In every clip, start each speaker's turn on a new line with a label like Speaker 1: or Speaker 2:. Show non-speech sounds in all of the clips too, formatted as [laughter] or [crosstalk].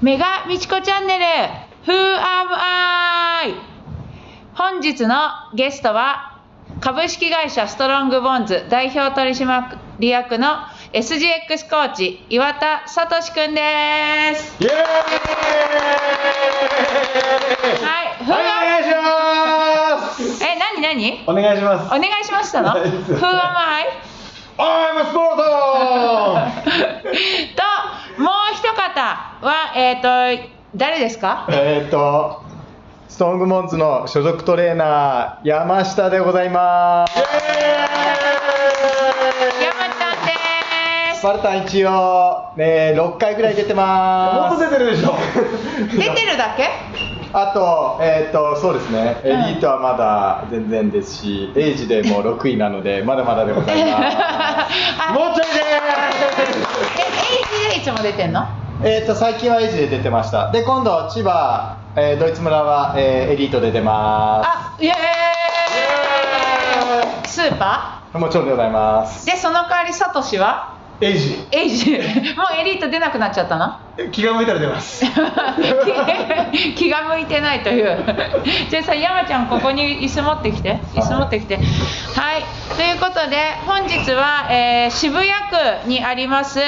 Speaker 1: メガミチコチャンネル Who am I? 本日のゲストは株式会社ストロングボンズ代表取締役の SGX コーチ岩田聡くんです。
Speaker 2: イエーイ
Speaker 1: はい、Who
Speaker 2: はい
Speaker 1: am
Speaker 2: お願いします
Speaker 1: え、なになに
Speaker 2: お願いします
Speaker 1: お願いしましたの ?Who am
Speaker 2: はい
Speaker 1: I?
Speaker 2: おーいマスポー
Speaker 1: と、もう一方は、えっ、と、誰ですか
Speaker 2: ト [laughs] えーっとストーングモンズの所属トレーナー山下でございますイエーイ
Speaker 1: 山ちゃんです
Speaker 2: ス。パルタン一応ね6回ぐらい出てますもっと出てるで [laughs] しょ
Speaker 1: 出てるだけ [laughs]
Speaker 2: あと、えっ、と、そうですね、エリートはまだ全然ですし、エイジで [laughs] も6位なので、まだまだでございます。
Speaker 1: あ
Speaker 2: [laughs] もうちょいです。
Speaker 1: え、エイジでいつも出てんの
Speaker 2: えっと、最近はエイジで出てました。で、今度、千葉、えードイツ村は、えーエリートで出ま
Speaker 1: あ、イエーイスーパ
Speaker 2: す。もちろんでございます。
Speaker 1: ーで、その代わりサトシは
Speaker 2: エイジ、
Speaker 1: エイ [laughs] ジ。もうエリート出なくなっちゃったの [laughs]
Speaker 2: 気が向いたら出ます。
Speaker 1: 気気が向いてないという。じゃあさ、山ちゃんここに椅子持ってきて。椅子持ってきて。はい。ということで、本日は、えー渋谷区にあります、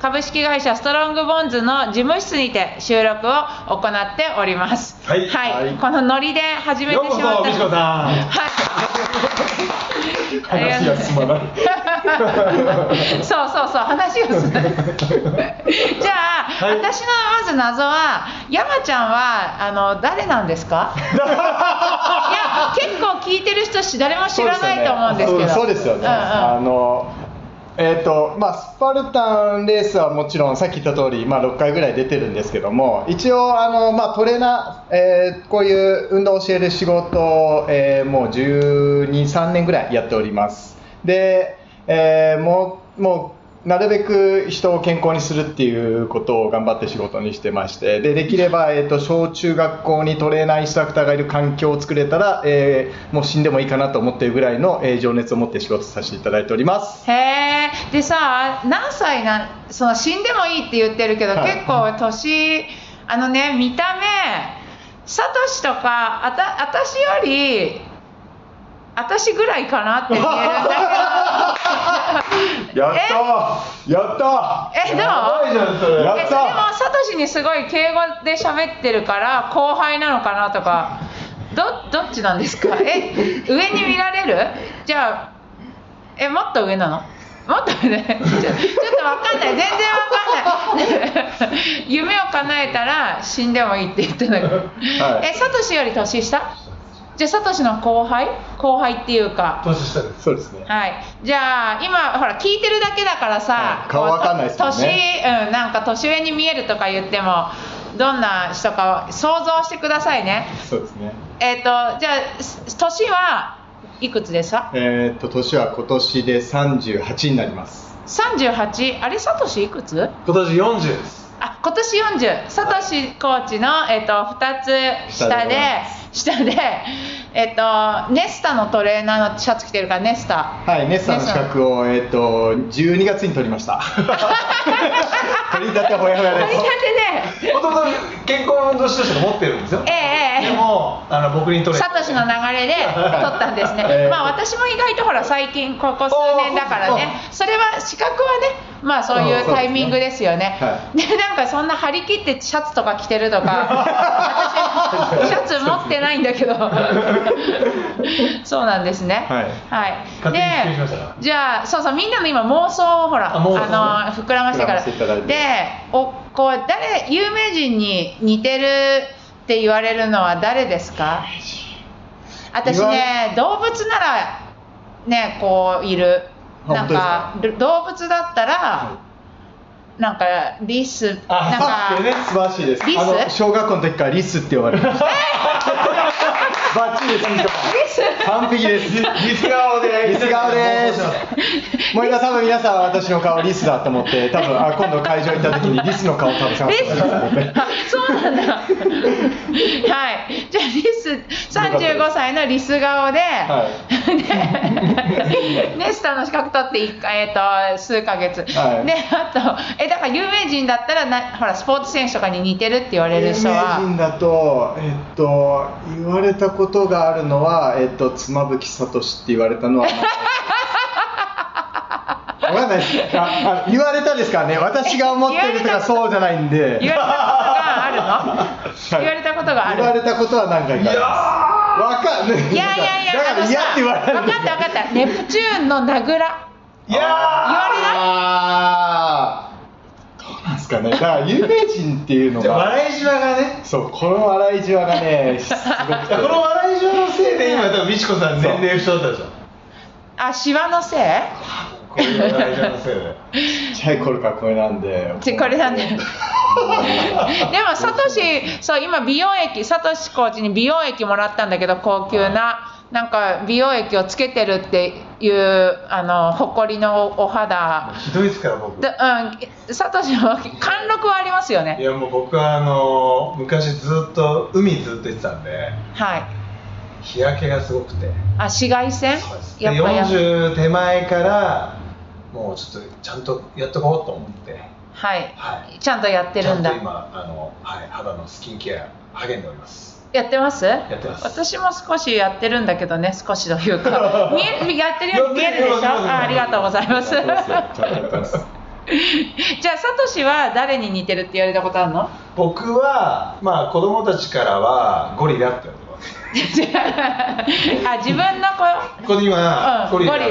Speaker 1: 株式会社ストロングボンズの事務室にて収録を行っております。
Speaker 2: はい
Speaker 1: はい
Speaker 2: はい
Speaker 1: このノリで始めてしまった。
Speaker 2: さ
Speaker 1: はい。
Speaker 2: 話が進まない。
Speaker 1: そうそうそう話をするじゃあ、
Speaker 2: はい
Speaker 1: 私のまず謎は山ちゃんはあの誰なんですかいや結構聞いてる人し誰も知らないと思うんですけど
Speaker 2: そうですよね。
Speaker 1: んうん
Speaker 2: あのえっ、とまあスパルタンレースはもちろんさっき言った通りまあ6回ぐらい出てるんですけども、一応あのまあトレーナー、えーこういう運動を教える仕事を、えーもう12、3年ぐらいやっております。で、えーもうもうなるべく人を健康にするっていうことを頑張って仕事にしてましてでできれば、えー、と小中学校にトレーナーインストラクターがいる環境を作れたら、えーもう死んでもいいかなと思っているぐらいの、えー情熱を持って仕事させていただいております
Speaker 1: へえでさ何歳なその死んでもいいって言ってるけど、
Speaker 2: はい
Speaker 1: 結構年あのね見た目サトシとかあた私より私ぐらいかなって見えるんだけどえどう
Speaker 2: やったやった [laughs] や
Speaker 1: え
Speaker 2: っ
Speaker 1: でも
Speaker 2: た
Speaker 1: サトシにすごい敬語で喋ってるから後輩なのかなとかどどっちなんです
Speaker 2: [laughs]
Speaker 1: かえ上に見られるじゃあえもっと上なのもっと上ねちょ [laughs] ちょっとわかんない全然わかんない [laughs] 夢を叶えたら死んでもいいって言ってたけど、
Speaker 2: はい
Speaker 1: えサトシより年下じゃあサトシの後輩後輩っていうか
Speaker 2: 年下ですそうですね
Speaker 1: はい、じゃあ今ほら聞いてるだけだからさ、
Speaker 2: はい顔わかんないですもんね
Speaker 1: 年うんなんか年上に見えるとか言ってもどんな人かを想像してくださいね
Speaker 2: そうですね
Speaker 1: えっ、とじゃあす年はいくつですか
Speaker 2: えっ、と年は今年で38になります
Speaker 1: 38あれサトシいくつ
Speaker 2: 今年40です
Speaker 1: あ今年40サトシコーチの、えっと2つ下で下でえっ、とネスタのトレーナーのシャツ着てるからネスタ
Speaker 2: はい、ネッサーの資格を、えっ、と、12月に取りま [laughs] した。取り立てほやほや
Speaker 1: 取
Speaker 2: で
Speaker 1: り
Speaker 2: す
Speaker 1: 立。てで
Speaker 2: [laughs]
Speaker 3: もともと健康運動指導者が持ってるんですよ。
Speaker 1: ええええ
Speaker 3: でも、あの僕にとれ。
Speaker 1: サトシの流れで撮ったんですね、
Speaker 2: えー
Speaker 1: まあ私も意外とほら最近ここ数年だからねそれは資格はねまあそういうタイミングですよね
Speaker 2: は
Speaker 1: でなんかそんな張り切ってシャツとか着てると
Speaker 2: [laughs]
Speaker 1: か私シャツ持ってないんだけどそうなんですね
Speaker 2: はい
Speaker 1: はい、
Speaker 3: 勝手に失礼しました
Speaker 1: でじゃあそうそうみんなの今妄想をほら
Speaker 3: あ
Speaker 1: あ
Speaker 3: 妄想ね
Speaker 1: の膨らましてから
Speaker 2: 膨らませていただいて
Speaker 1: でおこう誰有名人に似てるって言われるのは誰ですか私
Speaker 2: 言わ
Speaker 1: ね動物ならねこういる
Speaker 2: あ
Speaker 1: なんか
Speaker 2: 本
Speaker 1: 動物だったらなんかリス
Speaker 3: あ
Speaker 1: なんか
Speaker 3: そうですよね
Speaker 2: 素晴らしいです。
Speaker 1: リス
Speaker 2: あの、小学校の時からリスって呼ばれてました。 [laughs] バッチリです、リス
Speaker 1: リス
Speaker 2: 完璧です。リス顔でリス顔です。もう今多分皆さんは私の顔リスだと思って、多分、あ、今度会場行った時にリスの顔多分探すと思いますので。
Speaker 1: あそうなんだは
Speaker 2: [laughs]
Speaker 1: いじゃあリス
Speaker 2: よかったで
Speaker 1: 35
Speaker 2: す
Speaker 1: 歳のリス顔で、
Speaker 2: は
Speaker 1: ででスターの資格取って一回、えー、と数ヶ月、
Speaker 2: はい
Speaker 1: であとえだから有名人だったらなほらスポーツ選手とかに似てるって言われる
Speaker 2: 有名
Speaker 1: 人は
Speaker 2: 人だと、えっと、言われたことがあるのは、えっと、妻夫木聡って言われた
Speaker 1: [laughs]
Speaker 2: のは。わかんないですああ言われたですからね、私が思ってるとか、そうじゃないんで。
Speaker 1: 言われたことがあるの、言われたこ
Speaker 2: はい
Speaker 1: とがある
Speaker 2: 言われたことは何回
Speaker 3: い
Speaker 2: か。
Speaker 3: や
Speaker 2: わかんない。
Speaker 1: いやいやいや
Speaker 2: だから、嫌って言われる。
Speaker 1: 分かった分かったネプチューンの名倉
Speaker 3: ーいや
Speaker 1: われない
Speaker 2: あーどうなんですかね。だから、有名人っていう
Speaker 3: ー
Speaker 2: の
Speaker 3: じゃあ
Speaker 2: が。
Speaker 3: 笑いじわがね
Speaker 2: そう、この笑いじわがね、すごく
Speaker 3: いや
Speaker 2: て
Speaker 3: この笑いじわのせいで今多分美智子さん年齢不詳だったじゃん
Speaker 1: あシワのせい
Speaker 3: こういう笑いじわのせいで
Speaker 2: ちっちゃい頃からこれなんで。
Speaker 1: ちこれなんだ
Speaker 2: [laughs]
Speaker 1: よでもサトシそう今美容液サトシコーチに美容液もらったんだけど高級ななんか美容液をつけてるっていうあの埃のお肌
Speaker 3: ひどいですから僕
Speaker 1: でうんサトシは貫禄はありますよ
Speaker 3: い
Speaker 1: ね
Speaker 3: やもう僕はあの昔ずっと海ずっと行ってたんで
Speaker 1: はい
Speaker 3: 日焼けがすごくて
Speaker 1: あ紫外線
Speaker 3: で
Speaker 1: やっぱや
Speaker 3: 40手前からもうちょっとちゃんとやっとこうと思って
Speaker 1: はい、
Speaker 3: は
Speaker 1: ちゃんとやってるんだ
Speaker 3: ちゃんと今あの、はい、肌のスキンケア励んでおります
Speaker 1: やってます
Speaker 3: やってます
Speaker 1: 私も少しやってるんだけどね少しという
Speaker 3: [laughs]
Speaker 1: か見えるやってるように見えるでし
Speaker 3: や
Speaker 1: ょ
Speaker 3: ってるように見えます
Speaker 1: あありがとうございますじ
Speaker 2: そう
Speaker 1: ゃ
Speaker 2: ですよちゃんとやってます
Speaker 1: あサトシは誰に似てるって言われたことあるの
Speaker 3: 僕はまあ子供たちからはゴリラって呼んでます
Speaker 1: あ自分の子あ
Speaker 3: ここに今、
Speaker 1: うん
Speaker 3: ゴリ
Speaker 1: ゴリ
Speaker 3: ラ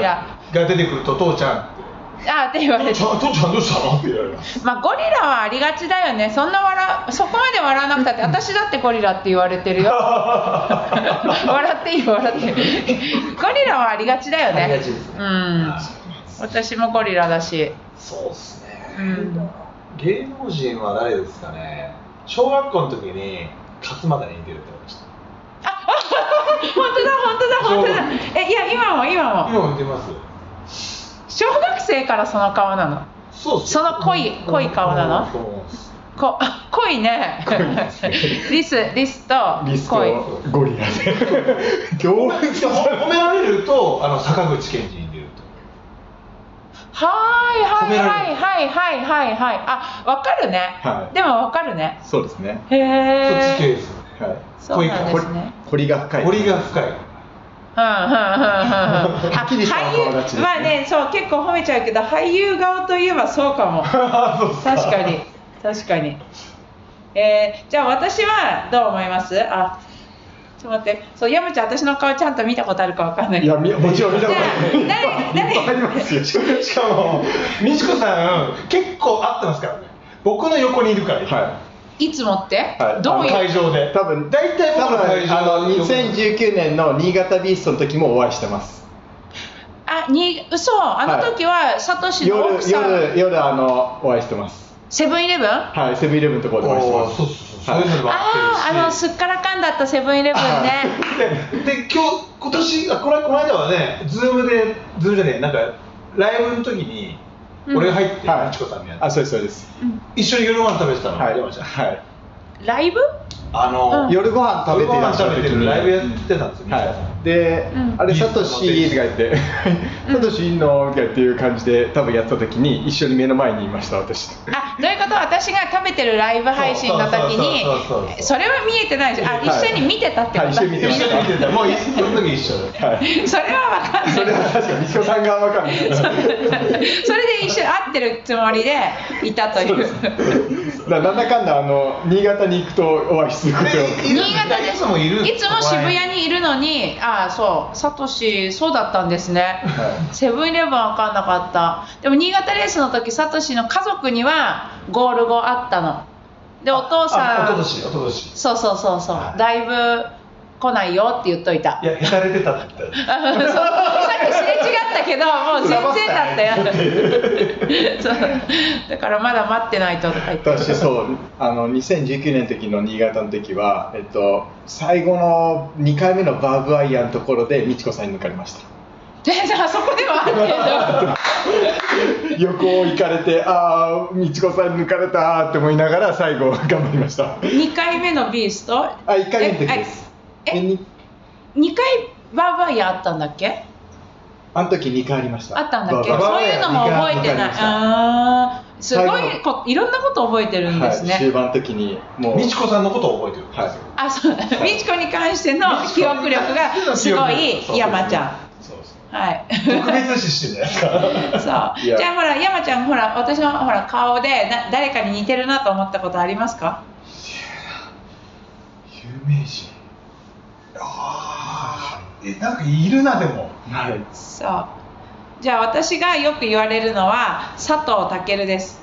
Speaker 1: ラ
Speaker 3: が出てくると父ちゃん
Speaker 1: [laughs]
Speaker 3: って
Speaker 1: って言われて
Speaker 3: 父父ちゃんどうしたのって言われます
Speaker 1: まあゴリラはありがちだよねそんな笑うそこまで笑わなくたって私だってゴリラって言われて
Speaker 3: [laughs]
Speaker 1: るよ笑っていいよ笑っていいゴリラはありがちだよね
Speaker 3: ありがちですね
Speaker 1: うん私もゴリラだし
Speaker 3: そうですね、
Speaker 1: うん
Speaker 3: 芸能人は誰ですかね小学校の時に勝俣に似てるって言われました
Speaker 1: 本当だ本当だ本当だえいや今も今も
Speaker 3: 今も似てます
Speaker 1: 小学生からその顔なの
Speaker 3: そうっす
Speaker 1: その濃い濃い顔なの
Speaker 3: そう思うんです
Speaker 1: こあ濃いね [laughs] リスリスと
Speaker 2: リス
Speaker 1: 濃い
Speaker 2: とゴリラで。どう
Speaker 3: いやほ褒められるとあの坂口健二に似てると
Speaker 1: はいは
Speaker 3: 褒め
Speaker 1: い
Speaker 3: られ
Speaker 1: は
Speaker 3: る
Speaker 1: いはいはいはいはいあわかるね、
Speaker 2: はい
Speaker 1: でもわかるね
Speaker 2: そうですね。
Speaker 1: へ
Speaker 3: そっち系
Speaker 1: え
Speaker 3: ですよね
Speaker 2: はい。
Speaker 1: そうなんですね
Speaker 2: 彫りが深い。
Speaker 3: 彫りが深い
Speaker 1: うんうんうんうんうん
Speaker 2: はっきりした
Speaker 1: あ
Speaker 2: 顔立ちですね
Speaker 1: まあねそう結構褒めちゃうけど俳優顔といえばそうかも確かに確かにえーじゃあ私はどう思いますあちょっと待ってそうやむちゃん私の顔ちゃんと見たことあるかわかんない
Speaker 2: いや、みもちろん見たこと
Speaker 1: じゃあ
Speaker 2: ない。
Speaker 1: 誰
Speaker 2: いっぱいありますよ。
Speaker 3: しかも美智子さん結構合ってますからね僕の横にいるから、
Speaker 2: はい
Speaker 1: つもって、
Speaker 2: はい
Speaker 1: どうい
Speaker 3: 会
Speaker 1: う
Speaker 3: 場で
Speaker 2: い。多分、
Speaker 3: 大体
Speaker 2: 多
Speaker 3: 僕の会
Speaker 2: 分、
Speaker 3: 場
Speaker 2: あの、
Speaker 3: 横に
Speaker 2: 2019年の新潟ビーストの時もお会いしてます。
Speaker 1: あに嘘あの時はサトシの
Speaker 2: 夜
Speaker 1: 奥、さん、
Speaker 2: 夜、夜、あの、お会いしてます。
Speaker 1: セブンイレブンあ
Speaker 2: はい、セブンイレブンのところでお会いして
Speaker 3: お
Speaker 2: ま
Speaker 3: ー
Speaker 2: す。
Speaker 3: そうそうそう、そういうのも
Speaker 1: あ
Speaker 3: 合って
Speaker 1: ーあの
Speaker 3: るし
Speaker 1: すっからかんだったセブンイレブンね
Speaker 3: でで今日今年あこれこの間はねズームでズームじゃねえなんかライブの時に
Speaker 1: うん
Speaker 3: 俺が入ってみ
Speaker 2: はい
Speaker 3: ちこさんにやって、
Speaker 2: あ、そうです、そうです。
Speaker 3: 一緒に夜ご飯食べてたの、
Speaker 2: はい、
Speaker 3: 山ちゃん
Speaker 2: はい。
Speaker 1: ライブ
Speaker 3: あの、
Speaker 1: うん
Speaker 2: 夜ご飯食べてらっしゃる時
Speaker 3: 夜ご飯食べ
Speaker 2: に
Speaker 3: てるライブやってたんですよ
Speaker 2: はい、で、
Speaker 1: うん
Speaker 2: あれサトシとか言って「サトシいんの?」とかっていう感じで多分やった時に一緒に目の前にいました
Speaker 3: [laughs]
Speaker 2: 私
Speaker 1: あどういうこと私が食べてるライブ配信の時に
Speaker 3: そうそうそうそうそ
Speaker 1: そ
Speaker 3: う
Speaker 1: れは見えてないじゃんあ
Speaker 2: はい
Speaker 1: 一緒に見てたってこと、
Speaker 2: はい一緒に見
Speaker 3: 一緒に見てたもういその時一緒で
Speaker 2: はい
Speaker 1: [laughs] それは分かんない
Speaker 2: それは確かに西子さんが分かんないだか
Speaker 1: [laughs] それで一緒に会ってるつもりでいたという
Speaker 2: らなんだかんだあの新潟に行くとお会いすること
Speaker 3: で
Speaker 1: 新潟で
Speaker 3: いつもいる
Speaker 1: いつも渋谷にいるのにああそうサトシそうだったんです [laughs] ね
Speaker 2: は
Speaker 1: セブンイレブン分かんなかったでも新潟レースの時サトシの家族にはゴール後あったのでお父さん
Speaker 3: あおととしおととし
Speaker 1: そうそうそうそう、
Speaker 3: はい
Speaker 1: だいぶ来ないよって言っといた
Speaker 3: いやへたれてたって言った
Speaker 1: あそうさっきすれ違ったけどもう全然だったよ [laughs] そうだからまだ待ってないととか言って
Speaker 2: 私そうあの2019年の時の新潟の時は、えっと、最後の2回目のバーブアイアンのところで美智子さんに抜かれました
Speaker 1: でじゃあそこではあっ
Speaker 2: 横を行かれてああ美智子さん抜かれたーって思いながら最後頑張りま
Speaker 1: [laughs]
Speaker 2: した
Speaker 1: て2回目のビースト
Speaker 2: あ、一回目の時です。
Speaker 1: え
Speaker 2: え、に
Speaker 1: 2回バーバイヤーあったんだっけ
Speaker 2: あの時2回ありました
Speaker 1: あったんだっけ
Speaker 2: ババ
Speaker 1: そういうのも覚えてな
Speaker 2: わかり
Speaker 1: い
Speaker 2: ま
Speaker 1: あーすご
Speaker 2: 最
Speaker 1: いこいろんなこと覚えてるんです
Speaker 2: はい、終
Speaker 1: ね、
Speaker 2: 盤の時にもう
Speaker 3: 美智子さんのことを覚えてるんですよ、
Speaker 2: はい
Speaker 1: あそう美智子に関しての記憶力がすごい山ちゃん
Speaker 3: そうです
Speaker 1: はい
Speaker 3: 特別視してるじゃないです
Speaker 1: そ
Speaker 3: か
Speaker 1: うじゃあ
Speaker 2: いや
Speaker 1: ほら山ちゃんほら私のほら顔でな誰かに似てるなと思ったことありますか
Speaker 3: 有名人ああえなんかいるなでも
Speaker 2: はい
Speaker 1: そうじゃあ私がよく言われるのは佐藤健です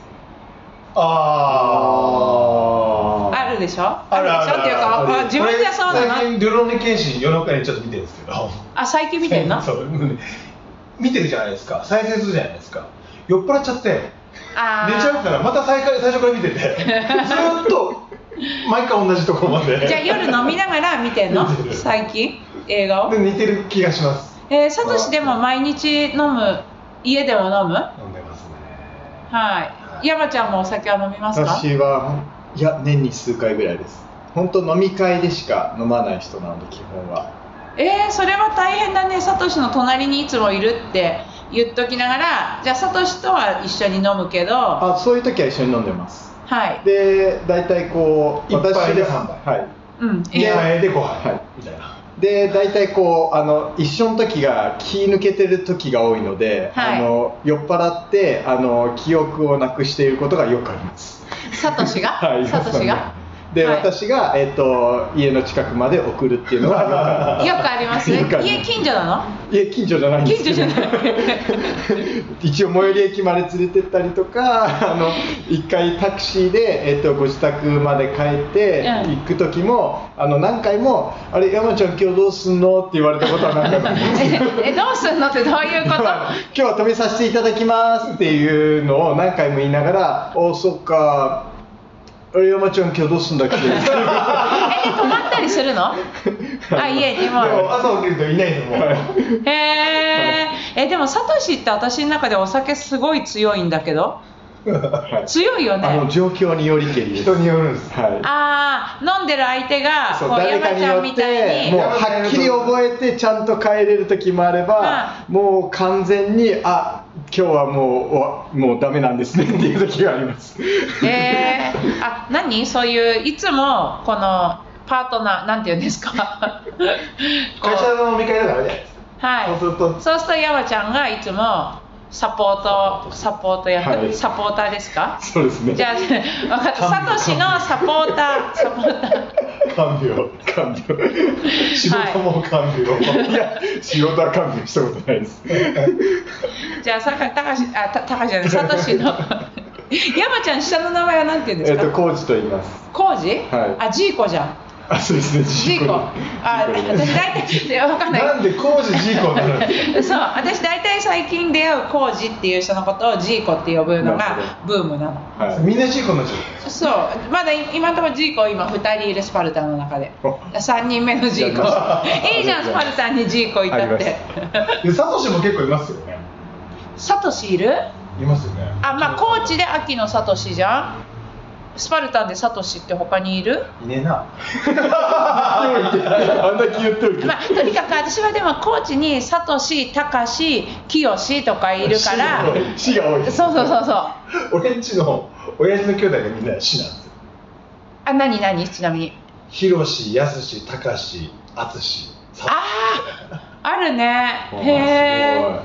Speaker 3: あ
Speaker 1: あるでしょあ
Speaker 3: あるある
Speaker 1: でしょっていうか
Speaker 2: ある
Speaker 1: あ自分じゃそうだ
Speaker 3: 最
Speaker 1: な
Speaker 3: 近「ルロニケンシン」夜中にちょっと見てるんですけど
Speaker 1: あ最近見てんの
Speaker 3: [laughs] そううん見てるじゃないですか再生するじゃないですか酔っ払っちゃって
Speaker 1: あー
Speaker 3: 寝ちゃうからまた再開最初から見
Speaker 1: [laughs]
Speaker 3: ててずーっと毎回同じところまで
Speaker 1: じゃあ夜飲みながら見てんの
Speaker 3: 見てる
Speaker 1: 最近映画を
Speaker 3: で似てる気がします
Speaker 1: えー、サトシでも毎日飲む家でも飲む
Speaker 3: 飲んでますね
Speaker 1: はい山ちゃんもお酒は飲みますか
Speaker 2: 私はいや年に数回ぐらいです本当飲み会でしか飲まない人なので基本は
Speaker 1: えー、それは大変だねサトシの隣にいつもいるって言っときながらじゃあサトシとは一緒に飲むけどは
Speaker 2: あそういう時は一緒に飲んでます
Speaker 1: い
Speaker 2: で大体こう
Speaker 3: 一杯で三杯
Speaker 2: は
Speaker 1: うん
Speaker 3: 出会いでご飯、
Speaker 2: はい
Speaker 3: みたいない
Speaker 2: で大体こうあの一緒の時が気抜けてる時が多いので、
Speaker 1: はい
Speaker 2: あの酔っ払ってあの記憶をなくしていることがよくあります
Speaker 1: サトシが、
Speaker 2: はい
Speaker 1: サトシが
Speaker 2: で、
Speaker 1: はい
Speaker 2: 私が、えっと家の近くまで送るっていうのがよくあります
Speaker 1: よくありますね
Speaker 2: よくあります
Speaker 1: 家近所なの
Speaker 2: いや近所じゃないんで
Speaker 1: 近所
Speaker 2: すけ
Speaker 1: じ
Speaker 2: ど
Speaker 1: ゃない
Speaker 2: 一応最寄り駅まで連れてったりとかあの一回タクシーで、えっとご自宅まで帰って
Speaker 1: うん
Speaker 2: 行く時も、あの何回も「あれ山ちゃん今日どうすんの?」って言われたことは何回もあります
Speaker 1: [laughs] ええどうすんのってどういう
Speaker 2: [laughs]
Speaker 1: こと
Speaker 2: 今日は止めさせていただきますっていうのを何回も言いながら「おそっかあれ山ちゃん今日どうすん
Speaker 3: [laughs]
Speaker 2: だっけ?」
Speaker 1: えで泊まったりするの
Speaker 2: [laughs]
Speaker 1: あ家に
Speaker 3: で
Speaker 1: も
Speaker 3: も朝起きるといないのもう
Speaker 1: へええでもサトシって私の中でお酒すごい強いんだけど強いよ
Speaker 2: あの
Speaker 1: ね
Speaker 2: 状況によりけりです
Speaker 3: 人によるんです
Speaker 2: はい
Speaker 1: ああ飲んでる相手が
Speaker 2: そう
Speaker 1: こう
Speaker 2: 誰か
Speaker 1: 山
Speaker 2: に
Speaker 1: ちゃ
Speaker 2: よ
Speaker 1: んみ
Speaker 2: った
Speaker 1: い
Speaker 2: て
Speaker 1: に
Speaker 2: もうはっきり覚えてちゃんと帰れる時もあれば、もう完全にあ今日はもうおもうダメなんですねっていう時があります。 [laughs]
Speaker 1: えー、あ何そういういつもこのパートナーなんて言うんですか
Speaker 2: [laughs]
Speaker 1: こ
Speaker 3: 会社
Speaker 1: う
Speaker 3: の飲み会だからあれじゃないですか
Speaker 1: はい
Speaker 3: そうすると
Speaker 1: そうすると山ちゃんがいつもサポートサポート役、
Speaker 2: はい
Speaker 1: サポーターですか
Speaker 2: そうですね。
Speaker 1: じゃあ分かったサトシのサポーターサポーター
Speaker 3: 看病
Speaker 2: 完 [laughs] 了。
Speaker 3: 仕事も看病、
Speaker 2: いや仕事は完了したことないです。
Speaker 1: じゃあさかたかしあたたかしじゃないサト
Speaker 2: [laughs]
Speaker 1: シの山ちゃん下の名前はなんて言うんです
Speaker 2: えっと
Speaker 1: か
Speaker 2: コーチと言います。
Speaker 1: コウジ
Speaker 2: はい
Speaker 1: あジーコじゃん
Speaker 2: あそうですね。
Speaker 1: ジーコあ
Speaker 2: ジーコ
Speaker 1: 私大体いやわかんない
Speaker 3: なんで工事事故になるんですか
Speaker 1: そう私大体最近出会うコウジっていう人のことをジーコって呼ぶの
Speaker 2: なる
Speaker 1: がブームなの
Speaker 2: [laughs] はい。
Speaker 3: みんな事故になっちゃ
Speaker 1: そうまだ今のところジーコ今2人いるスパルタの中で3人目のジーコいいじゃんスパルタにジーコいたっ
Speaker 2: あり
Speaker 1: て
Speaker 3: うでサトシも結構いますよね
Speaker 1: サトシいる
Speaker 3: いますよね
Speaker 1: あまあコーチで秋のサトシじゃんスパルタンでサトシって他にいる
Speaker 3: いねえな
Speaker 2: あんだけ言ってるけど。
Speaker 1: まあ、とにかく私はでも高知にサトシ、タカシ、キヨシとかいるから
Speaker 2: 死が多い。
Speaker 1: そうそうそうそう
Speaker 3: [laughs] 俺んちの親父の兄弟がみんな死なんですよ
Speaker 1: あ何何ちなみに
Speaker 3: ヒロシ、ヤスシ、タカシ、アツシサ
Speaker 1: あああるね
Speaker 2: わ
Speaker 1: へ
Speaker 2: あ
Speaker 1: え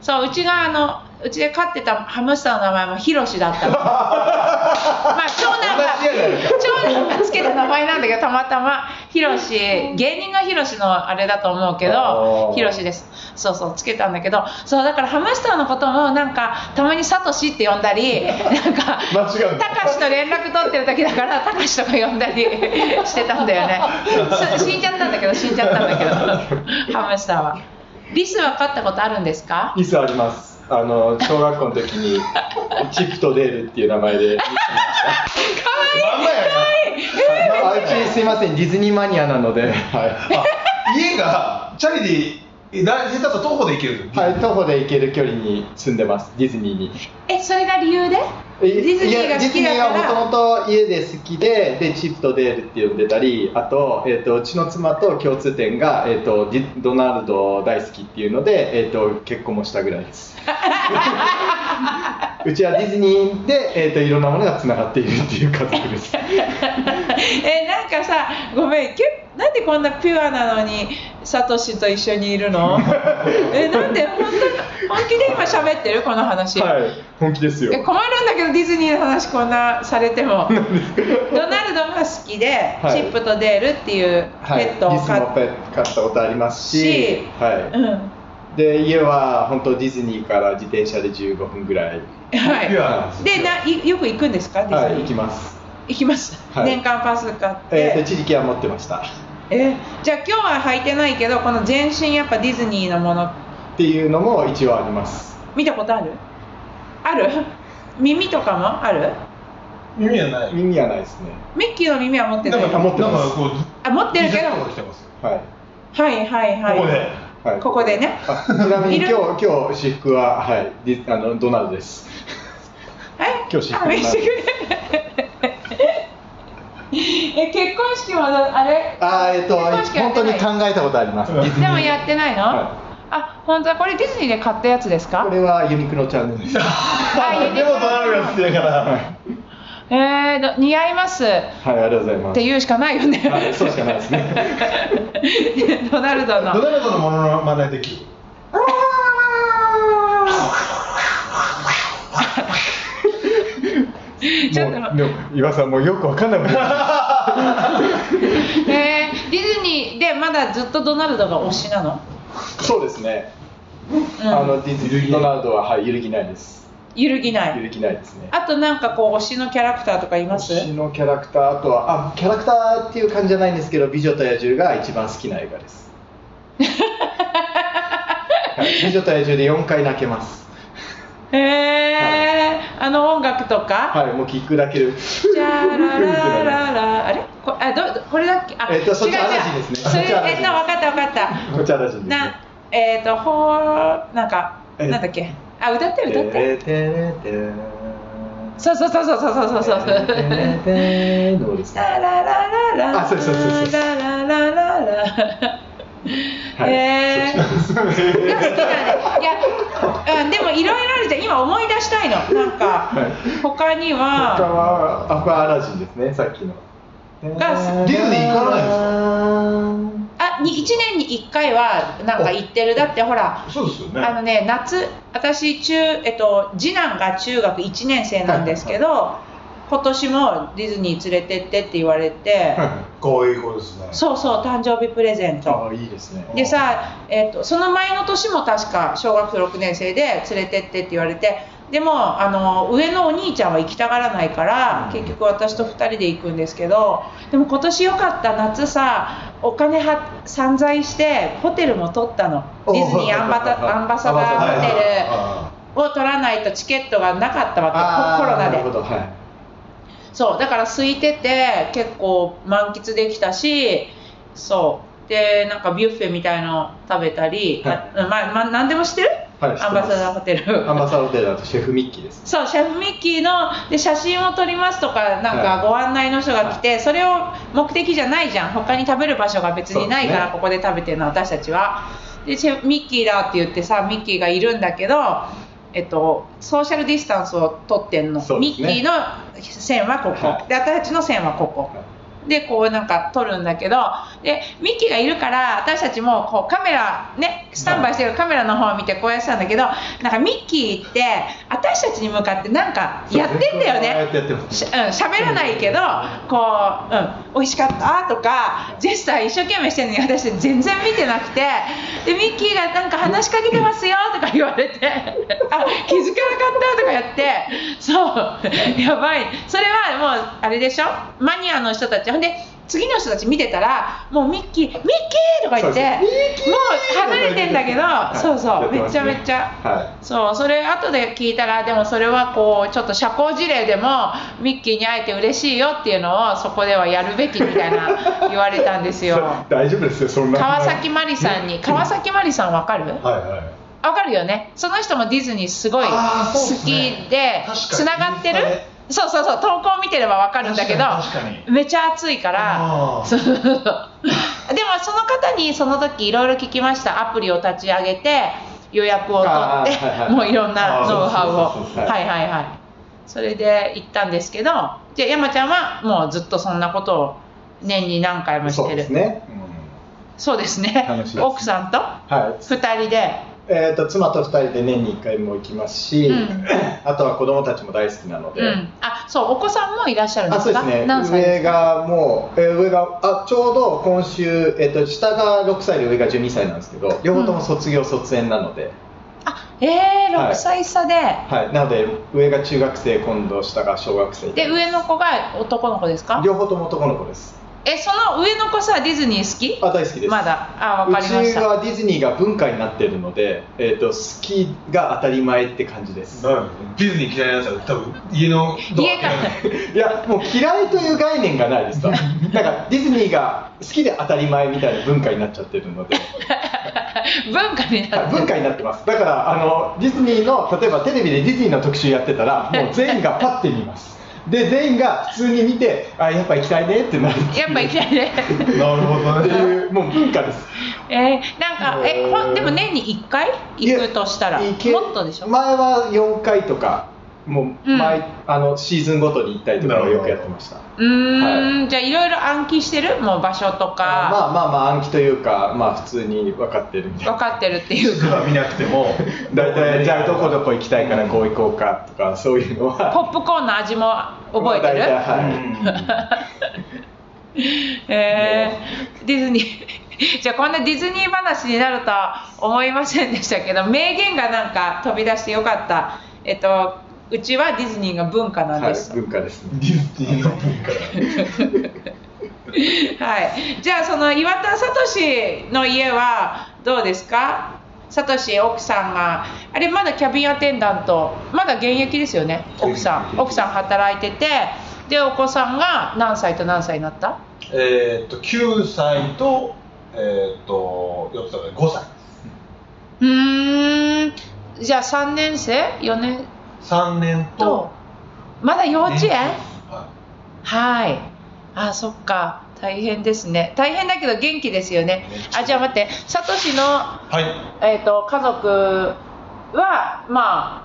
Speaker 1: そううちがあのうちで飼ってたハムスターの名前もヒロシだ
Speaker 2: [laughs]
Speaker 1: ったのまあ長男が
Speaker 3: 同じやないか
Speaker 1: 長男がつけた名前なんだけどたまたまヒロシ芸人がヒロシのあれだと思うけ
Speaker 2: あ
Speaker 1: ど
Speaker 2: ー
Speaker 1: ヒロシですそうそうつけたんだけどそうだからハムスターのこともなんかたまにサトシって呼んだりなんか
Speaker 3: 間違うんだ
Speaker 1: たかしと連絡取ってる時だからたかしとか呼んだり [laughs] してたんだよねす死んじゃったんだけど死んじゃったんだけどハムスターはリスは飼ったことあるんですか
Speaker 2: 椅子あります。あの小学校の時にチップとデールっていう名前で。
Speaker 3: まんま
Speaker 2: あ
Speaker 3: や
Speaker 2: うちすいませんディズニーマニアなので、はい、
Speaker 3: な家がチャリでだ下手と徒歩で行ける
Speaker 2: はい、徒歩で行ける距離に住んでます、ディズニーに。
Speaker 1: えそれが理由で
Speaker 2: デ
Speaker 1: ィズニーが好きだから
Speaker 2: もともと家で好きで、で、チップとデールって呼んでたり、あと、えっ、と、うちの妻と共通点が、えっ、と、ディドナルド大好きっていうので、えっ、と、結婚もしたぐらい
Speaker 1: [laughs]
Speaker 2: です。うちはディズニーで、えっ、と、いろんなものがつながっているっていう家族
Speaker 1: [laughs]
Speaker 2: で
Speaker 1: [laughs]
Speaker 2: す。
Speaker 1: えなんかさごめんけなんでこんなピュアなのにサトシと一緒にいる
Speaker 2: [laughs]
Speaker 1: のえなんで本当に本気で今喋ってるこの話、
Speaker 2: はい、本気ですよ
Speaker 1: え。困るんだけどディズニーの話こんなされて
Speaker 2: [laughs]
Speaker 1: もドナルドが好きで、
Speaker 2: はい
Speaker 1: チップとデールっていう
Speaker 2: はい、
Speaker 1: ペット
Speaker 2: リ
Speaker 1: を
Speaker 2: ス
Speaker 1: 飼っ
Speaker 2: もペット飼ったことありますし、
Speaker 1: し
Speaker 2: はい。
Speaker 1: うんは
Speaker 2: で家は本当ディズニーから自転車で15分ぐらい、
Speaker 3: いや
Speaker 1: い
Speaker 3: なんすよ
Speaker 1: でないよく行くんですかディ
Speaker 2: は
Speaker 1: ズ
Speaker 2: い、
Speaker 1: ニー、
Speaker 2: 行きます、
Speaker 1: 行きます、
Speaker 2: はい
Speaker 1: 年間パス買っ
Speaker 2: えー、と
Speaker 1: て
Speaker 2: 地力は持ってましたっ
Speaker 1: えじゃあ今日は履いてないけどこの全身やっぱディズニーのもの
Speaker 2: ていうのも一応あります
Speaker 1: 見たことあるある耳とかもある
Speaker 3: 耳はない
Speaker 2: 耳はないですね
Speaker 1: ミッキーの耳は持ってない
Speaker 3: なんか
Speaker 2: 持ってます
Speaker 3: なんかこう
Speaker 1: あ持ってるけど
Speaker 3: ギザギザとか来てますよ
Speaker 2: はい、
Speaker 1: はいはいはい
Speaker 3: ここで
Speaker 2: はい、
Speaker 1: ここでね
Speaker 2: あちなみ
Speaker 1: [laughs]
Speaker 2: に
Speaker 1: い
Speaker 2: 今
Speaker 1: る
Speaker 2: 日今日私服ははいディあのドナルドです
Speaker 1: え
Speaker 2: 今日私服
Speaker 1: あ見せてくれ [laughs] え結婚式もあれ
Speaker 2: あーえっ、と
Speaker 1: 結婚式や
Speaker 2: 本
Speaker 1: って
Speaker 2: 当に
Speaker 1: ない
Speaker 2: 考えたことあります
Speaker 3: うん
Speaker 2: ディズニ
Speaker 1: で
Speaker 2: ー
Speaker 1: もやってないの、
Speaker 2: は
Speaker 1: あ本当だこれディズニーで買ったやつです
Speaker 2: こ
Speaker 1: か
Speaker 2: れはユニクロチャンネルで
Speaker 1: [laughs]
Speaker 2: す
Speaker 1: あ
Speaker 3: でもドナルドが好きだから
Speaker 1: えーど、似合いますっ
Speaker 2: はいありがとうございます
Speaker 1: て言うしかないよね、
Speaker 2: はい、そうしかないですね
Speaker 1: [laughs] ドナルドの
Speaker 3: ドナルドのものまねできる
Speaker 1: [laughs] ちょっと
Speaker 2: もうでも岩さんもうよくわかんなくなった
Speaker 1: えーディズニーでまだずっとドナルドが推しなの、
Speaker 2: そうですね。
Speaker 1: うん
Speaker 2: あのディズニードナルドははい揺るぎないです。
Speaker 1: 揺るぎな
Speaker 2: 揺
Speaker 1: い
Speaker 2: るぎないですね。
Speaker 1: あとなんかこう推しのキャラクターとかいます
Speaker 2: 私のキャラクターあとはあキャラクターっていう感じじゃないんですけど美女と野獣が一番好きな映画です。はい美女と野獣で4回泣けます。
Speaker 1: へえーあの音楽とか、
Speaker 2: はい、もう聞くだけで。
Speaker 1: じゃららららあれこあどこれだっけあ
Speaker 2: えっとそっち
Speaker 1: 違う違う
Speaker 2: アラジンですね
Speaker 1: それ
Speaker 2: そっちアラジン
Speaker 1: えっと分かった分かった
Speaker 2: こちらだしいんですね。
Speaker 1: なえっ、とほーなんか
Speaker 2: え
Speaker 1: なんだっけあ歌って歌って、
Speaker 2: てれてれてれ
Speaker 1: そうそうそうそうそうそうそうそう
Speaker 2: てれてれてれのですね
Speaker 1: ラララララ
Speaker 2: あそうそうそうそう
Speaker 1: ラララララ
Speaker 2: はい
Speaker 1: へえー、でも好きだねい
Speaker 2: [laughs]
Speaker 1: や、うん、でもいろいろあるじゃん今思い出したいのなんか、
Speaker 2: はい
Speaker 1: 他に
Speaker 2: 他
Speaker 1: は
Speaker 2: はアフアラジンですねさっきの
Speaker 1: が
Speaker 3: ディズニー行かないんですか
Speaker 1: あに1年に1回はなんか行ってるだってほら
Speaker 3: そうですよね
Speaker 1: あのね夏私中、えっと、次男が中学1年生なんですけど、今年もディズニー連れてってって言われて、
Speaker 3: こういうことですね
Speaker 1: そうそう誕生日プレゼント
Speaker 2: あいいですね
Speaker 1: でさ、えっとその前の年も確か小学6年生で連れてってって言われてでもあの上のお兄ちゃんは行きたがらないから結局私と2人で行くんですけどでも今年よかった夏さお金は散財してホテルも取ったのディズニーアンバタアンバサダーホテルを取らないとチケットがなかったわ
Speaker 2: あ
Speaker 1: けコロナ
Speaker 2: な
Speaker 1: で
Speaker 2: るほどはい
Speaker 1: そうだから空いてて結構満喫できたしそうでなんかビュッフェみたいの食べたり、
Speaker 2: はい
Speaker 1: あまあまあ何でも知ってる、
Speaker 2: はい知ってます
Speaker 1: アンバサダーホテル
Speaker 2: [laughs] アンバサダーホテルだとシェフミッキーです
Speaker 1: そうシェフミッキーので写真を撮りますとかなんかご案内の人が来て、それを目的じゃないじゃん他に食べる場所が別にないか
Speaker 2: そう
Speaker 1: ら、
Speaker 2: ですね
Speaker 1: ここで食べてるの私たちはでシェフミッキーだって言ってさミッキーがいるんだけどえっと、ソーシャルディスタンスを取ってんの、
Speaker 2: そうで
Speaker 1: ミッ
Speaker 2: す
Speaker 1: キ
Speaker 2: ね
Speaker 1: ーの線はここ、
Speaker 2: はい
Speaker 1: で私たちの線はここ、でこうなんか撮るんだけどでミッキーがいるから私たちもこうカメラねスタンバイしてるカメラの方を見てこうやってたんだけどなんかミッキーって私たちに向かってなんかやってんだよ
Speaker 2: や
Speaker 1: ね
Speaker 2: ってやってます
Speaker 1: しうん、喋らないけどこう、うん、美味しかったとかジェスチャー一生懸命してるのに私全然見てなくてでミッキーがなんか話しかけてますよとか [laughs] 言われてあ気づかなかったとかやってそうやばいそれはもうあれでしょマニアの人たちほんで次の人たち見てたらもうミッキー「ミッキー!」とか言って
Speaker 2: そうです
Speaker 1: もう離れてんだけど、
Speaker 2: はい
Speaker 1: そうそう、
Speaker 2: やって
Speaker 1: め
Speaker 2: ま
Speaker 1: ち
Speaker 2: す
Speaker 1: ゃ
Speaker 2: ね
Speaker 1: めちゃ、
Speaker 2: は
Speaker 1: そうそれ後で聞いたらでもそれはこうちょっと社交辞令でもミッキーに会えて嬉しいよっていうのをそこではやるべきみたいな言われたんです
Speaker 2: [laughs]
Speaker 1: よ
Speaker 2: 大丈夫ですよそんな
Speaker 1: 川崎麻里さんに川崎麻里さんわかるわ
Speaker 3: はいはい
Speaker 1: かるよねその人もディズニーすごい
Speaker 3: あーそうっ
Speaker 1: 好
Speaker 3: すね
Speaker 1: きで
Speaker 3: 確かに
Speaker 1: つながってる
Speaker 3: インスタで
Speaker 1: そうそうそう投稿見てればわかるんだけど
Speaker 3: 確かに確か
Speaker 1: めちゃ暑いから
Speaker 3: あー
Speaker 1: そうでもその方にその時いろいろ聞きましたアプリを立ち上げて予約を取
Speaker 2: あ
Speaker 1: って、
Speaker 2: ーはいはい
Speaker 1: もういろんな
Speaker 3: あー
Speaker 1: ノウハウ
Speaker 3: そうそ
Speaker 1: を
Speaker 3: うそうそう
Speaker 1: は
Speaker 3: は
Speaker 1: は
Speaker 3: い
Speaker 1: いはいそれで行ったんですけどじゃあ山ちゃんはもうずっとそんなことを年に何回もし
Speaker 2: そ
Speaker 1: て
Speaker 2: う
Speaker 1: る
Speaker 2: ですね、
Speaker 1: そうですね
Speaker 2: 楽しいです
Speaker 1: 奥さんと
Speaker 2: はい
Speaker 1: 2人で
Speaker 2: えー、と妻と2人で年に1回も行きますし、
Speaker 1: うん
Speaker 2: [laughs] あとは子供たちも大好きなので、
Speaker 1: うん、あそうお子さんもいらっしゃるんで
Speaker 2: あそ
Speaker 1: す
Speaker 2: うで
Speaker 1: か
Speaker 2: すね
Speaker 1: 何歳で
Speaker 2: 上
Speaker 1: すか
Speaker 2: がもう、えー上があちょうど今週、えー、と下が6歳で上が12歳なんですけど両方とも卒業、卒園なので、
Speaker 1: あえー、
Speaker 2: はい
Speaker 1: 6歳差で、
Speaker 2: はい、なので上が中学生今度下が小学生
Speaker 1: で上の子が男の子ですか
Speaker 2: 両方とも男の子です
Speaker 1: えその上の子さディズニー好き
Speaker 2: あ大好きです
Speaker 1: まだあわかりま
Speaker 2: う
Speaker 1: し
Speaker 2: ち
Speaker 1: た
Speaker 2: はディズニーが文化になってるので、えー、と好きが当たり前って感じです
Speaker 3: ディズニー嫌いなやつは多分家の
Speaker 1: 家から
Speaker 2: いやもう嫌いという概念がないで
Speaker 1: [laughs]
Speaker 2: すかなんかディズニーが好きで当たり前みたいな文化になっちゃってるので
Speaker 1: 文化にな
Speaker 2: はい
Speaker 1: って
Speaker 2: 文化になってますだからあのディズニーの例えばテレビでディズニーの特集やってたらもう全員がパッて見ますで全員が普通に見てあやっぱ行きたいねってなる
Speaker 1: やっぱいきなりね
Speaker 2: [laughs]
Speaker 3: なるほど
Speaker 2: って
Speaker 3: ね
Speaker 2: いうもう文化です
Speaker 1: えー、なんかえほんでも年に1回行くとしたら
Speaker 2: い
Speaker 1: も
Speaker 2: やいけ
Speaker 1: っとでしょ
Speaker 2: 前は4回とかもう
Speaker 1: うん
Speaker 2: 毎、あのシーズンごとに行ったりとかをよくやってました
Speaker 1: うーん、じゃあいろいろ暗記してるもう場所とか、
Speaker 2: まあまあまあ暗記というかまあ普通に分かってるみたい
Speaker 1: 分
Speaker 2: な
Speaker 1: かってるって
Speaker 2: [laughs]
Speaker 1: いう
Speaker 3: 地図
Speaker 1: か
Speaker 3: は見なくても
Speaker 2: 大体じゃあどこどこ行きたいから
Speaker 3: うん
Speaker 2: こう行こうかとかそういうの
Speaker 1: ポ
Speaker 2: は
Speaker 1: ップコーンの味も覚えてる、
Speaker 2: まあ大体はい、
Speaker 1: えー、ディズニー [laughs] じゃあこんなディズニー話になるとは思いませんでしたけど名言がなんか飛び出してよかったえっとうちはディズニーが文化なん
Speaker 2: は
Speaker 1: です
Speaker 2: い、文化ですね
Speaker 3: ディズニーの文化
Speaker 1: はい、じゃあその岩田聡の家はどうですか聡奥さんがあれまだキャビンアテンダントまだ現役ですよね奥さん奥さん働いててでお子さんが何歳と何歳になった
Speaker 3: えーっと9歳とえーっと4歳5歳
Speaker 1: うーんじゃあ3年生4年
Speaker 3: 3年
Speaker 1: と
Speaker 3: と
Speaker 1: まだ幼稚園
Speaker 3: は
Speaker 1: はいあそっか大変ですね大変だけど元気ですよねあじゃあ待ってサトシの
Speaker 3: いはい
Speaker 1: えー、と家族はまあ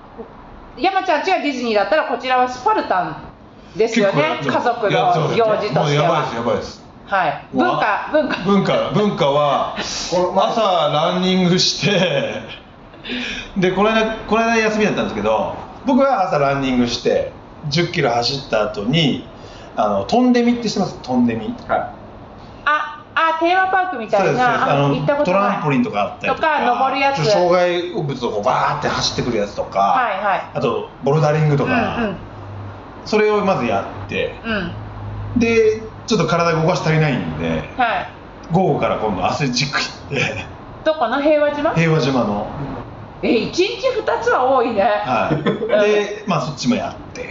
Speaker 1: 山ちゃんちはディズニーだったらこちらはスパルタンですよね家
Speaker 3: 結構やって
Speaker 1: 族
Speaker 3: るやって
Speaker 1: の
Speaker 3: ます
Speaker 1: 行事と
Speaker 3: もう
Speaker 1: して
Speaker 3: やばいです
Speaker 1: は、
Speaker 3: やばいです
Speaker 1: はい、
Speaker 3: もう
Speaker 1: 文化文化
Speaker 3: 文化文化は朝ランニングしてでこの間この間休みだったんですけど僕は朝ランニングして1 0キロ走った後にあの飛んでみってしてます飛んでみ
Speaker 2: は
Speaker 1: ああテーマパークみ
Speaker 3: そう
Speaker 1: た
Speaker 3: で
Speaker 1: い
Speaker 3: すそうです
Speaker 1: なあ行ったこと
Speaker 3: ト
Speaker 1: ない
Speaker 3: ランポリンとかあったり
Speaker 1: とか登るやつ
Speaker 3: 障害物をこうバーって走ってくるやつとか、
Speaker 1: はいはい
Speaker 3: あとボルダリングとか、
Speaker 1: う
Speaker 3: それをまずやって
Speaker 1: んうんうん
Speaker 3: でちょっと体動かし足りないんで
Speaker 1: はい
Speaker 3: 午後から今度アスレチック行って [laughs]
Speaker 1: どこの平和島
Speaker 3: 平和島の、
Speaker 1: え1日2つは多いね
Speaker 3: はい、
Speaker 1: [laughs]
Speaker 3: で、まあ、そっちもやって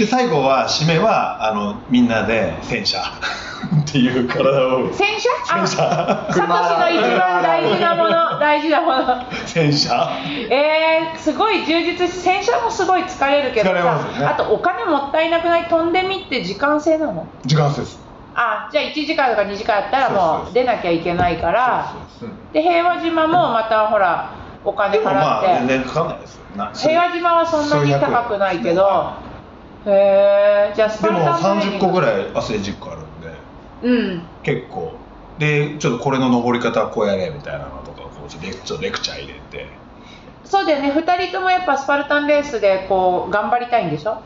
Speaker 3: で最後は締めはあのみんなで戦車 [laughs] っていう体を
Speaker 1: 洗車あ
Speaker 3: 戦
Speaker 1: サ
Speaker 3: 車
Speaker 1: トシの一番大事なも
Speaker 3: [laughs]
Speaker 1: の大事なもの
Speaker 3: 戦車
Speaker 1: えー、すごい充実し洗車もすごい疲れるけど
Speaker 3: 疲れますよね
Speaker 1: あとお金もったいなくない飛んでみって時間制なの
Speaker 3: 時間差です
Speaker 1: あじゃあ1時間とか2時間やったらも
Speaker 3: そうそうそうう
Speaker 1: 出なきゃいけないから
Speaker 3: そうそうそう
Speaker 1: で平和島もまたほらお金
Speaker 3: でもまあ
Speaker 1: 払
Speaker 3: 全
Speaker 1: って、
Speaker 3: 然かかんないですよな
Speaker 1: 平和島はそんなに
Speaker 3: 数百
Speaker 1: 高くないけどへえじゃあス
Speaker 3: で
Speaker 1: パル
Speaker 3: も
Speaker 1: タン
Speaker 3: 30個ぐ
Speaker 1: い
Speaker 3: らいアスレチックあるんで
Speaker 1: うん
Speaker 3: 結構でちょっとこれの登り方はこうやれみたいなのとかこうちょっとレクちょっとレクチャー入れて
Speaker 1: そうだよね2人ともやっぱスパルタンレースでこう頑張りたいんでしょ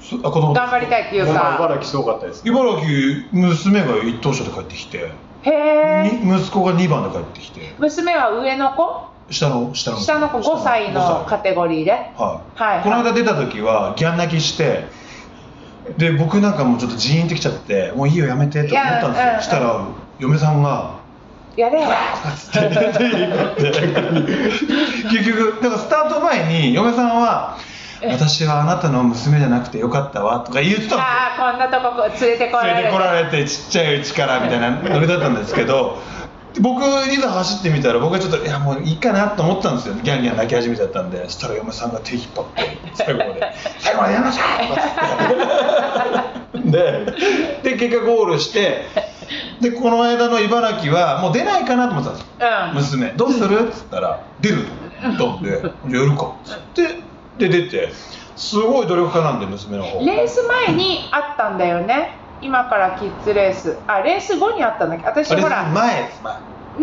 Speaker 3: そあ子
Speaker 1: [laughs]
Speaker 3: 供
Speaker 1: 頑張りたいっていうか
Speaker 2: 茨城すごかったです
Speaker 3: 茨城娘が一等賞で帰ってきて
Speaker 1: へ
Speaker 3: に
Speaker 1: え
Speaker 3: 息子が2番で帰ってきて
Speaker 1: 娘は上の子
Speaker 3: 下の下の
Speaker 1: 下の子5歳のカテゴリーで
Speaker 3: はい、
Speaker 1: はい
Speaker 3: この間出た時はギャン泣きしてで僕なんかもうちょっとジーンってきちゃってもういいよやめてと思ったんです
Speaker 1: いやうんう
Speaker 3: よ
Speaker 1: ん
Speaker 3: したら嫁さんが
Speaker 1: や
Speaker 3: [laughs]
Speaker 1: れよ
Speaker 3: 結局だからスタート前に嫁さんは「
Speaker 1: ええ
Speaker 3: 私はあなたの娘じゃなくてよかったわ」とか言ってたんですよ
Speaker 1: ああこんなとこ連れてこられ
Speaker 3: 連
Speaker 1: る
Speaker 3: れてこられてちっちゃいうちからみたいなノリだったんですけど僕いざ走ってみたら僕はちょっといやもういいかなと思ったんですよギャンギャン泣き始めちゃったんでそしたら嫁さんが手引っ張って最後
Speaker 1: [laughs]
Speaker 3: まで「最後までやめましょう!」とかってでで結果ゴールしてでこの間の茨城はもう出ないかなと思ってたんですよ
Speaker 1: うん
Speaker 3: 娘「どうする?」っつったら「出る」と思ったんで「やるか」っつってで出てすごい努力家なんで娘の方
Speaker 1: レース前にあったんだよね今からキッズレースあレース後にあったんだけど
Speaker 3: あ
Speaker 1: 私
Speaker 3: れ
Speaker 1: ほ
Speaker 3: 前
Speaker 1: ら
Speaker 3: です前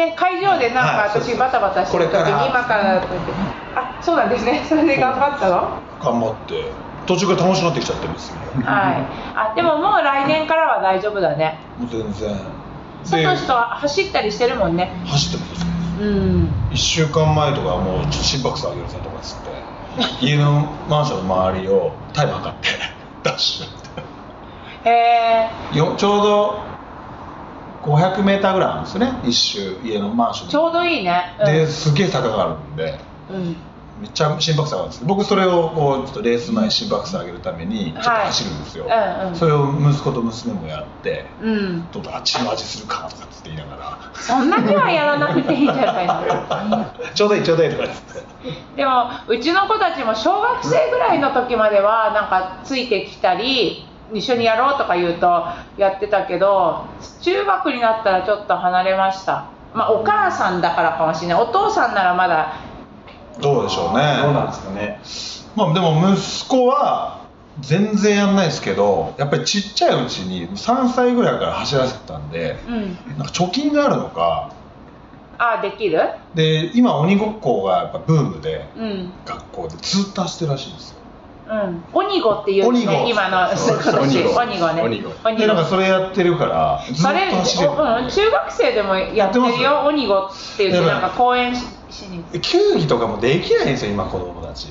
Speaker 1: ね会場でなん
Speaker 3: は
Speaker 1: か
Speaker 3: いそうそう
Speaker 1: 私バタバタしてる時
Speaker 3: これから
Speaker 1: に今からだって言ってあそうなんですね [laughs] それで頑張ったの
Speaker 3: 頑張って途中から楽しくなってきちゃってますよ
Speaker 1: はいあでももう来年からは大丈夫だね
Speaker 3: もう全然
Speaker 1: サトシと
Speaker 3: で
Speaker 1: 走ったりしてるもんね
Speaker 3: 走ってます
Speaker 1: うん
Speaker 3: 1週間前とかはもうちょっと心拍数上げるさとかっつって家のマンションの周りをタイム測って [laughs] ダッシュっ
Speaker 1: へえ
Speaker 3: てよちょうど 500m ぐらいあるんですよね1周家のマンシ
Speaker 1: ち
Speaker 3: ョン
Speaker 1: ょうどいいね
Speaker 3: にですげえ坂があるんで
Speaker 1: うん、うん
Speaker 3: めっちゃ心拍数上がるんですけど僕それをこうちょっとレース前心拍数上げるためにちょっと走るんですよ、
Speaker 1: はいうんうん
Speaker 3: それを息子と娘もやって
Speaker 1: うん、
Speaker 3: どうだあっちの味するかとかっつって言いながら [laughs]
Speaker 1: そんなにはやらなくていいんじゃないの
Speaker 3: ちょうどいいちょうどいいとかっつって
Speaker 1: でもうちの子たちも小学生ぐらいの時まではなんかついてきたり一緒にやろうとか言うとやってたけど中学になったらちょっと離れましたまあお母さんだからかもしれないお父さんならまだ
Speaker 3: どうでしょうね
Speaker 2: どうなんですかね
Speaker 3: まあでも息子は全然やんないですけどやっぱりちっちゃいうちに3歳ぐらいから走らせてたんで
Speaker 1: うん
Speaker 3: なんか貯金があるのか
Speaker 1: ああできる
Speaker 3: で今鬼ごっこがやっぱブームで
Speaker 1: うん
Speaker 3: 学校でずっと走ってるらしいんですよ
Speaker 1: うん鬼子っていうね
Speaker 3: 鬼子
Speaker 1: 今の
Speaker 3: そうそう
Speaker 1: [laughs] 年
Speaker 2: 鬼子
Speaker 1: 鬼子ね
Speaker 2: 鬼子
Speaker 1: 鬼
Speaker 3: でなんか
Speaker 1: 子
Speaker 3: それやってるからずっと
Speaker 1: それ
Speaker 3: 走れる
Speaker 1: おうん中学生でもやって
Speaker 3: やって
Speaker 1: る
Speaker 3: ま
Speaker 1: よ鬼子って言ってなんか公演ししに
Speaker 3: 球技とかもできないんですよ今子供たち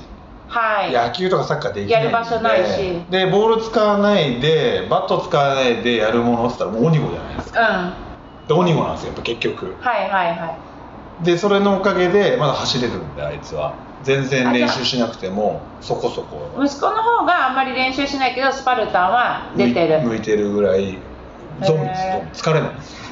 Speaker 1: はい
Speaker 3: 野球とかサッカーできないんで
Speaker 1: やる場所ないし
Speaker 3: でボール使わないでバット使わないでやるものっつったらもう鬼子じゃないですか
Speaker 1: うんは
Speaker 3: で鬼子なんですよやっぱ結局
Speaker 1: いはいはい
Speaker 3: でそれのおかげでまだ走れるんであいつは全然練習しなくてもそこそこ
Speaker 1: 息子の方があんまり練習しないけどスパルタンは出てる
Speaker 3: 向い向いてるぐらいゾンビです
Speaker 1: へー
Speaker 3: ゾンビ疲れないです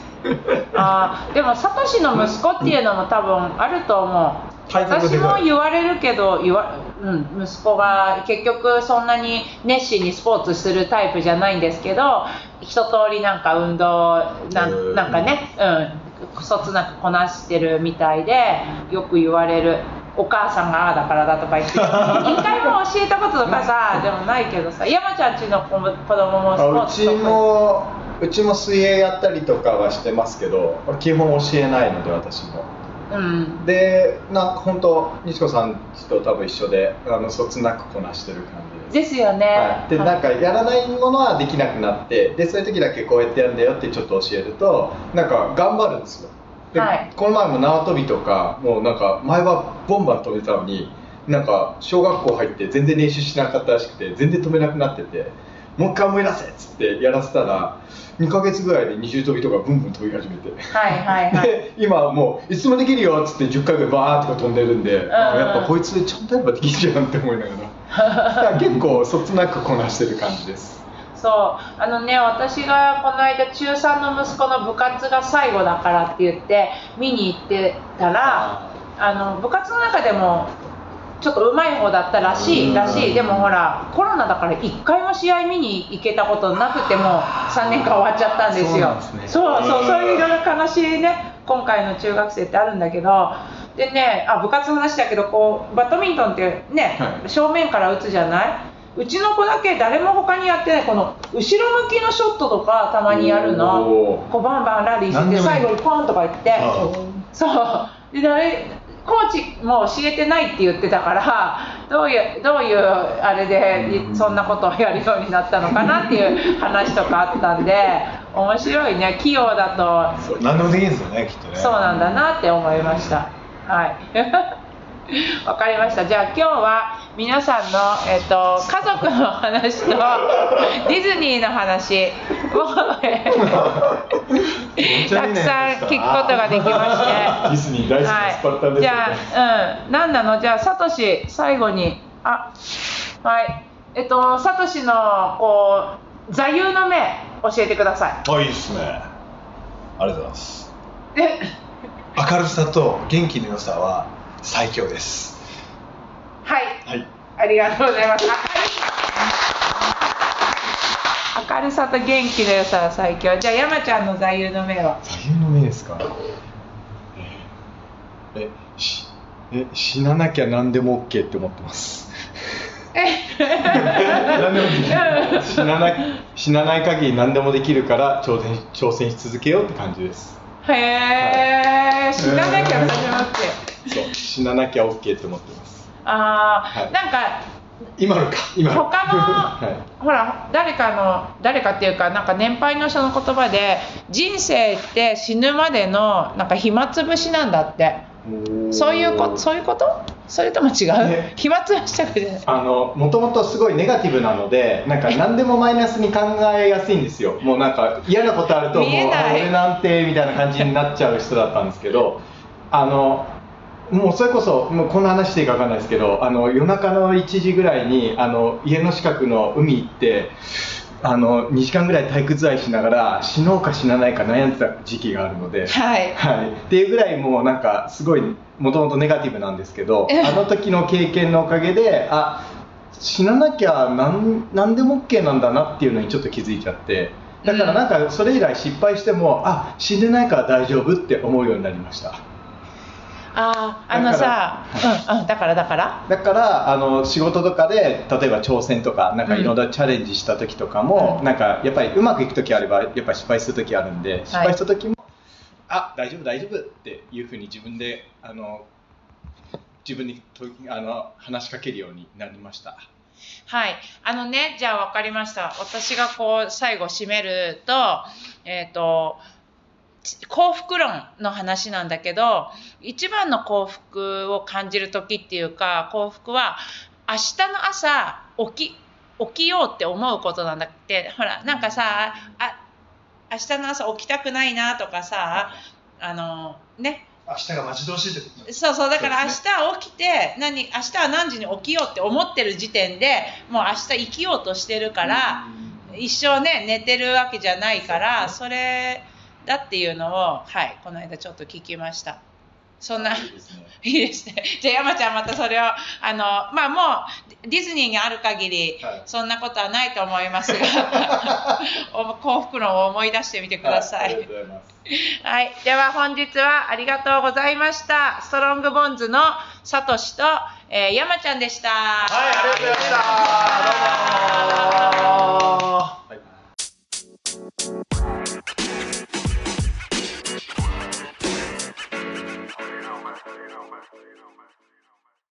Speaker 1: あーでもサトシの息子っていうのも多分あると思う
Speaker 3: 体格
Speaker 1: 私
Speaker 3: でか
Speaker 1: も
Speaker 3: い
Speaker 1: 言われるけど言わ、うん、息子が結局そんなに熱心にスポーツするタイプじゃないんですけど一通りなんか運動な
Speaker 3: へー
Speaker 1: んなんかねうんそつなくこなしてるみたいでよく言われるお母さんがああだからだとか言って
Speaker 2: [laughs]
Speaker 1: 一回も教えたこととかさでもないけどさ山ちゃんちの子も子供もスポ
Speaker 2: あ
Speaker 1: ー
Speaker 2: う
Speaker 1: ツ
Speaker 2: ち
Speaker 1: とか
Speaker 2: もうちも水泳やったりとかはしてますけど基本教えないので私も
Speaker 1: うん
Speaker 2: でなんか本当西子さんちと多分一緒であのそつなくこなしてる感じです
Speaker 1: ですよね、
Speaker 2: はい、で
Speaker 1: はい
Speaker 2: なんかやらないものはできなくなってでそういう時だけこうやってやるんだよってちょっと教えるとなんか頑張るんですよで、
Speaker 1: はい
Speaker 2: この前も縄跳びとかもうなんか前はボンバン飛べたのになんか小学校入って全然練習しなかったらしくて全然飛べなくなっててもう一回思い出せっつってやらせたら2ヶ月ぐらいで二重跳びとかブンブン飛び始めて。
Speaker 1: はいはい
Speaker 2: [laughs]
Speaker 1: はい
Speaker 2: で今はもういつもできるよっつって10回ぐらいバーッとか飛んでるんで、やっぱこいつちゃんとやればできるじゃんって思いながらだ
Speaker 1: [laughs]
Speaker 2: から結構そつなくこなしてる感じです
Speaker 1: そうあのね私がこの間中3の息子の部活が最後だからって言って見に行ってたらあの部活の中でもちょっと上手い方だったらし
Speaker 2: う
Speaker 1: い
Speaker 2: ん
Speaker 1: らしいでもほらコロナだから1回も試合見に行けたことなくてもう3年間終わっちゃったんですよ
Speaker 2: そうなんですね
Speaker 1: そうそう
Speaker 3: うん
Speaker 1: そういういろいろ悲しいね今回の中学生ってあるんだけどでねあ部活の話だけどこうバドミントンってね、
Speaker 2: はい
Speaker 1: 正面から打つじゃないうちの子だけ誰も他にやってないこの後ろ向きのショットとかたまにやる
Speaker 2: お
Speaker 1: の
Speaker 2: ー
Speaker 1: こうバンバンラリーし
Speaker 3: 何
Speaker 1: て
Speaker 3: でもいい
Speaker 1: 最後にポンとか言って
Speaker 3: あ
Speaker 1: そうで誰コーチも教えてないって言ってたからどういうどういうあれでいそんなことをやるようになったのかなっていう話とかあったんで面白いね器用だと
Speaker 3: 何でもできるんですよねきっとね
Speaker 1: そうなん [laughs] だなって思いました。はい。わかりました。じゃあ今日は皆さんの、えっと、家族の話とディズニーの話を、 [laughs] えーたくさん聞くことができまして
Speaker 4: ディズニー大好きなスパルタンですよね
Speaker 1: じゃあ、うん、何なのじゃあサトシ最後にあはいえっとサトシのこう座右の銘教えてください
Speaker 3: あいいですねありがとうございます
Speaker 1: え
Speaker 3: 明るさと元気の良さは最強です
Speaker 1: はい
Speaker 3: はい
Speaker 1: ありがとうございます。明るさと元気の良さは最強。じゃあ山ちゃんの座右の銘は。
Speaker 2: 座右の銘ですかえしえ死ななきゃ何でも OK って思ってます何でもできる死なな死なない限り何でもできるから挑戦挑戦し続けようって感じです
Speaker 1: へえ。死ななきゃ始まって。
Speaker 2: そう死ななきゃ OK って思ってます
Speaker 1: ああ、
Speaker 2: はい
Speaker 1: なんか
Speaker 2: 今のか
Speaker 1: [laughs]
Speaker 2: 今の
Speaker 1: 他の、
Speaker 2: は
Speaker 1: ほら誰かの誰かっていうかなんか年配の人の言葉で人生って死ぬまでのなんか暇つぶしなんだって。
Speaker 2: い
Speaker 1: そういうこそういうこと？それとも違う
Speaker 2: え？
Speaker 1: 暇つぶしとかじゃない。
Speaker 2: あのもともとすごいネガティブなのでなんか何でもマイナスに考えやすいんですよもうなんか嫌なことあるともう
Speaker 1: 見えない
Speaker 2: あ俺なんてみたいな感じになっちゃう人だったんですけどあのもうそれこそもうこんな話していいか分かんないですけどあの夜中の1時ぐらいにあの家の近くの海行ってあの2時間ぐらい体育座りしながら死のうか死なないか悩んでた時期があるので。
Speaker 1: はい。
Speaker 2: はい、っていうぐらいもうなんかすごいもともとネガティブなんですけどあの時の経験のおかげであ死ななきゃなん何でも OK なんだなっていうのにちょっと気づいちゃってだからなんかそれ以来失敗しても、あ死んでないから大丈夫って思うようになりました
Speaker 1: あああのさ、うんうんだからだから。
Speaker 2: だからあの仕事とかで例えば挑戦とかなんか
Speaker 1: うん
Speaker 2: いろんなチャレンジした時とかも、
Speaker 1: うん
Speaker 2: なんかやっぱりうまくいく時あればやっぱり失敗する時あるんで失敗した時も、あ大丈夫大丈夫っていうふうに自分であの自分にとあの話しかけるようになりました
Speaker 1: はい。あのね、じゃあ分かりました。私がこう、最後締めると、えっ、と、ち幸福論の話なんだけど、一番の幸福を感じる時っていうか、幸福は、明日の朝、起き、起きようって思うことなんだって、ほら、なんかさ、あ、明日の朝起きたくないなとかさ、あの、ね、
Speaker 3: 明日が待ち遠しいってこと
Speaker 1: そうそうだから明
Speaker 3: そう
Speaker 1: 日起きて何明日は何時に起きようって思ってる時点でもう明日生きようとしてるから一生ね寝てるわけじゃないからそれだっていうのをはいこの間ちょっと聞きましたそんな [laughs]
Speaker 2: いいですね
Speaker 1: いいですねじゃあ山ちゃんまたそれをあのまあもうディズニーにある限り
Speaker 2: はい
Speaker 1: そんなことはないと思いますがお幸福論を思い出してみてください
Speaker 2: ありがとうございます
Speaker 1: はい、では本日はありがとうございました。ストロングボンズのサトシと、えー、山ちゃんでした。
Speaker 3: はいありがとうございましたどうも